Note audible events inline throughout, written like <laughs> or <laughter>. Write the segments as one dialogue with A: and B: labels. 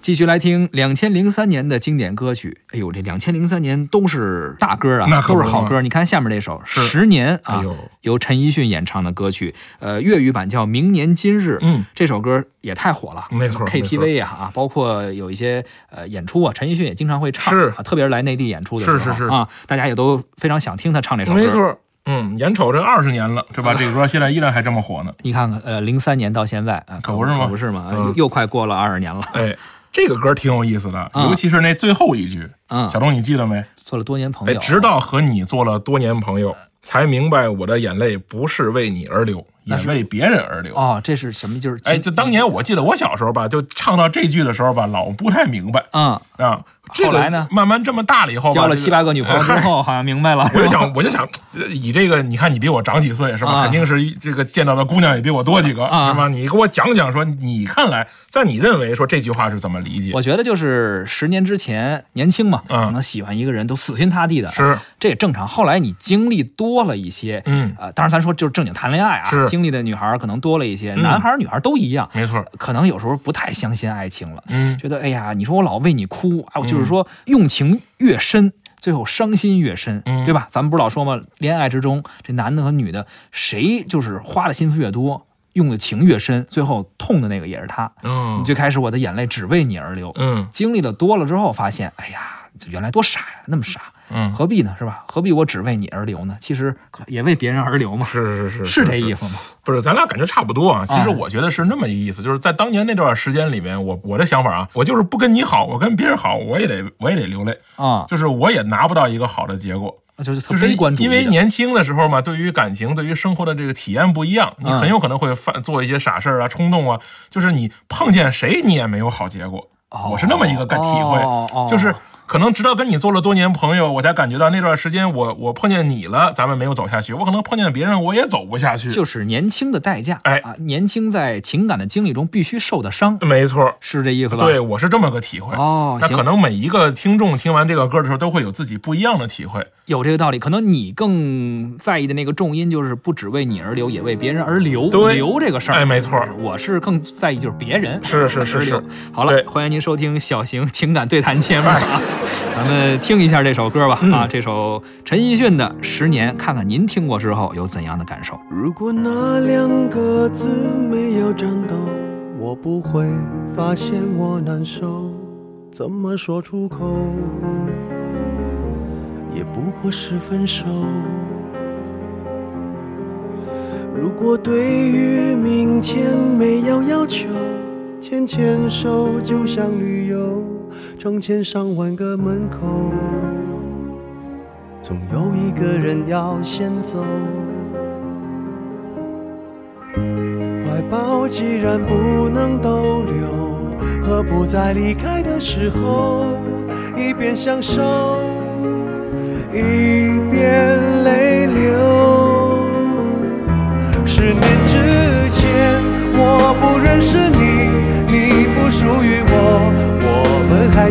A: 继续来听两千零三年的经典歌曲。哎呦，这两千零三年都是大歌
B: 那
A: 啊，
B: 可
A: 都
B: 不
A: 是好
B: 嘛
A: 歌。你看下面这首《
B: 是
A: 十年》啊
B: 哎呦，
A: 由陈奕迅演唱的歌曲，呃，粤语版叫《明年今日》。
B: 嗯，
A: 这首歌也太火了，
B: 没错没错
A: KTV 呀啊，包括有一些呃演出啊，陈奕迅也经常会唱，
B: 是
A: 啊，特别是来内地演出的时候
B: 是是是
A: 啊，大家也都非常想听他唱这首歌。
B: 没错，嗯，眼瞅着二十年了，
A: <laughs>
B: 对吧？这歌现在依然还这么火呢。
A: 你看看，呃，零三年到现在啊，
B: 可不是吗
A: 不是嘛，
B: 嗯
A: 又快过了二十年了，
B: 哎，这个歌挺有意思的，
A: 嗯
B: 尤其是那最后一句，
A: 嗯，
B: 小东你记得没？
A: 做了多年朋
B: 哎，
A: 友，
B: 直到和你做了多年朋
A: 呃
B: 友，才明白我的眼泪不是为你而流，也为别人而流。
A: 哦，这是什么？就是
B: 哎，就当年我记得我小时候吧，就唱到这句的时候吧，老不太明白
A: 嗯，
B: 啊。这个
A: 后来呢
B: 慢慢这么大了以后吧，
A: 交了
B: 这
A: 七八个女
B: <laughs>
A: 朋友之
B: 哎
A: 后，好像明白了，
B: <laughs> 我就
A: 想
B: 想，我就想，呃以这个，你看你比我长几岁是吧？
A: 啊
B: 肯定是这个见到的姑娘也比我多几个
A: 啊
B: 是吧？你给我讲讲说，你看来，在你认为说这句话是怎么理解？
A: 我觉得就是十年之前年轻嘛，
B: 嗯
A: 可能喜欢一个人都死心塌地的，
B: 是，
A: 这也正常。后来你经历多了一些，
B: 嗯，
A: 呃，当然咱说就是正经谈恋爱啊，
B: 是
A: 经历的女孩儿可能多了一些，
B: 嗯
A: 男孩儿女孩儿都一样，
B: 没错，
A: 可能有时候不太相信爱情了，
B: 嗯
A: 觉得哎呀，你说我老为你哭啊，我就是说用情越深。最后伤心越深，
B: 嗯
A: 对吧？咱们不是老说吗？恋爱之中，这男的和女的，谁就是花的心思越多，用的情越深，最后痛的那个也是他。
B: 嗯
A: 你最开始我的眼泪只为你而流，
B: 嗯
A: 经历的多了之后，发现，哎呀，这原来多傻呀，那么傻，
B: 嗯，
A: 何必呢？是吧？何必我只为你而流呢？其实可也为别人而流嘛，
B: 是是是
A: 是这意思吗？
B: 不是，咱俩感觉差不多啊。其实
A: 啊
B: 我觉得是那么一意思，就是在当年那段时间里面，我我的想法啊，我就是不跟你好，我跟别人好，我也得我也得流泪，
A: 啊、
B: 就是我也拿不到一个好的结果。
A: 就是特
B: 就是
A: 悲观主义啊
B: 因
A: 的，
B: 为年轻的时候嘛，对于感情、对于生活的这个体验不一样，你
A: 嗯
B: 很有可能会犯做一些傻事儿啊、冲动啊。就是你碰见谁，你也没有好结果。
A: 哦
B: 我是那么一个感体
A: 哦哦
B: 会，就是可能直到跟你做了多年朋友，我才感觉到那段时间我我碰见你了，咱们没有走下去。我可能碰见别人，我也走不下去。
A: 就是年轻的代价，
B: 哎
A: 啊，年轻在情感的经历中必须受的伤，
B: 没错，
A: 是这意思吧？
B: 对，我是这么个体会。
A: 哦，
B: 那
A: 行
B: 可，能每一个听众听完这个歌的时候，都会有自己不一样的体会。
A: 有这个道理。可能你更在意的那个重音就是不只为你而流，也为别人而流，
B: 对
A: 流这个事儿。
B: 哎，没错，
A: 我是更在意就是别人
B: 是是是
A: 而流
B: 是。
A: 好
B: 对
A: 了，欢迎您收听小型情感对谈节目啊，咱们听一下这首歌吧
B: 嗯
A: 啊，这首陈奕迅的《十年》，看看您听过之后有怎样的感受。
C: 如果那两个字没有颤抖，我不会发现我难受，怎么说出口，也不过是分手。如果对于明天没有要求，牵牵手就像旅游，成千上万个门口，总有一个人要先走。怀抱既然不能逗留，何不在离开的时候，一边享受，一边泪流？十年之前，我不认识你，你不属于我，我们还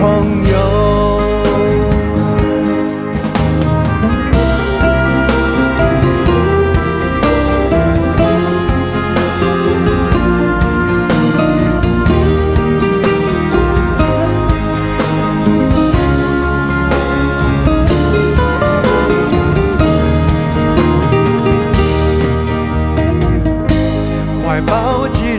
C: 朋友。怀抱既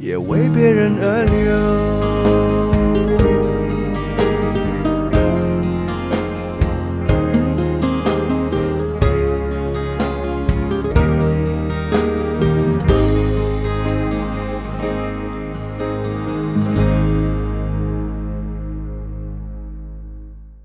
C: 也为别人而流。